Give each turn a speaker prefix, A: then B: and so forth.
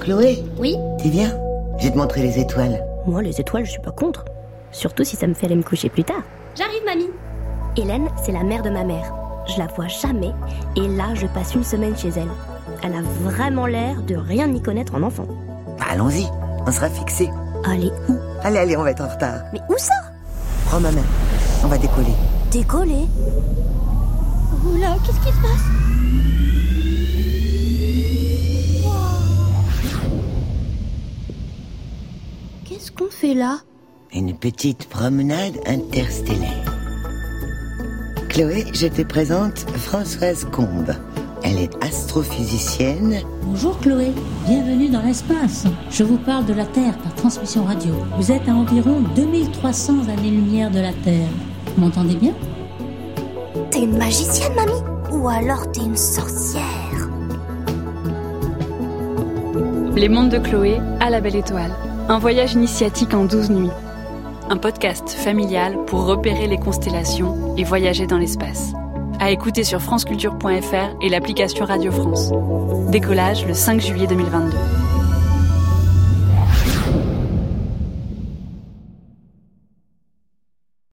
A: Chloé,
B: Oui
A: t'es bien Je vais te montrer les étoiles.
C: Moi, les étoiles, je suis pas contre. Surtout si ça me fait aller me coucher plus tard.
B: J'arrive, mamie
C: Hélène, c'est la mère de ma mère. Je la vois jamais, et là, je passe une semaine chez elle. Elle a vraiment l'air de rien y connaître en enfant.
A: Bah, Allons-y, on sera fixé.
C: Allez, où
A: Allez, allez, on va être en retard.
C: Mais où ça
A: Prends ma main, on va décoller.
C: Décoller
B: Oula, qu'est-ce qui se passe Wow. Qu'est-ce qu'on fait là
A: Une petite promenade interstellaire. Chloé, je te présente Françoise Combes. Elle est astrophysicienne.
D: Bonjour Chloé, bienvenue dans l'espace. Je vous parle de la Terre par transmission radio. Vous êtes à environ 2300 années-lumière de la Terre. Vous m'entendez bien
B: T'es une magicienne, mamie Ou alors t'es une sorcière
E: Les mondes de Chloé à la belle étoile. Un voyage initiatique en 12 nuits. Un podcast familial pour repérer les constellations et voyager dans l'espace. À écouter sur franceculture.fr et l'application Radio France. Décollage le 5 juillet 2022.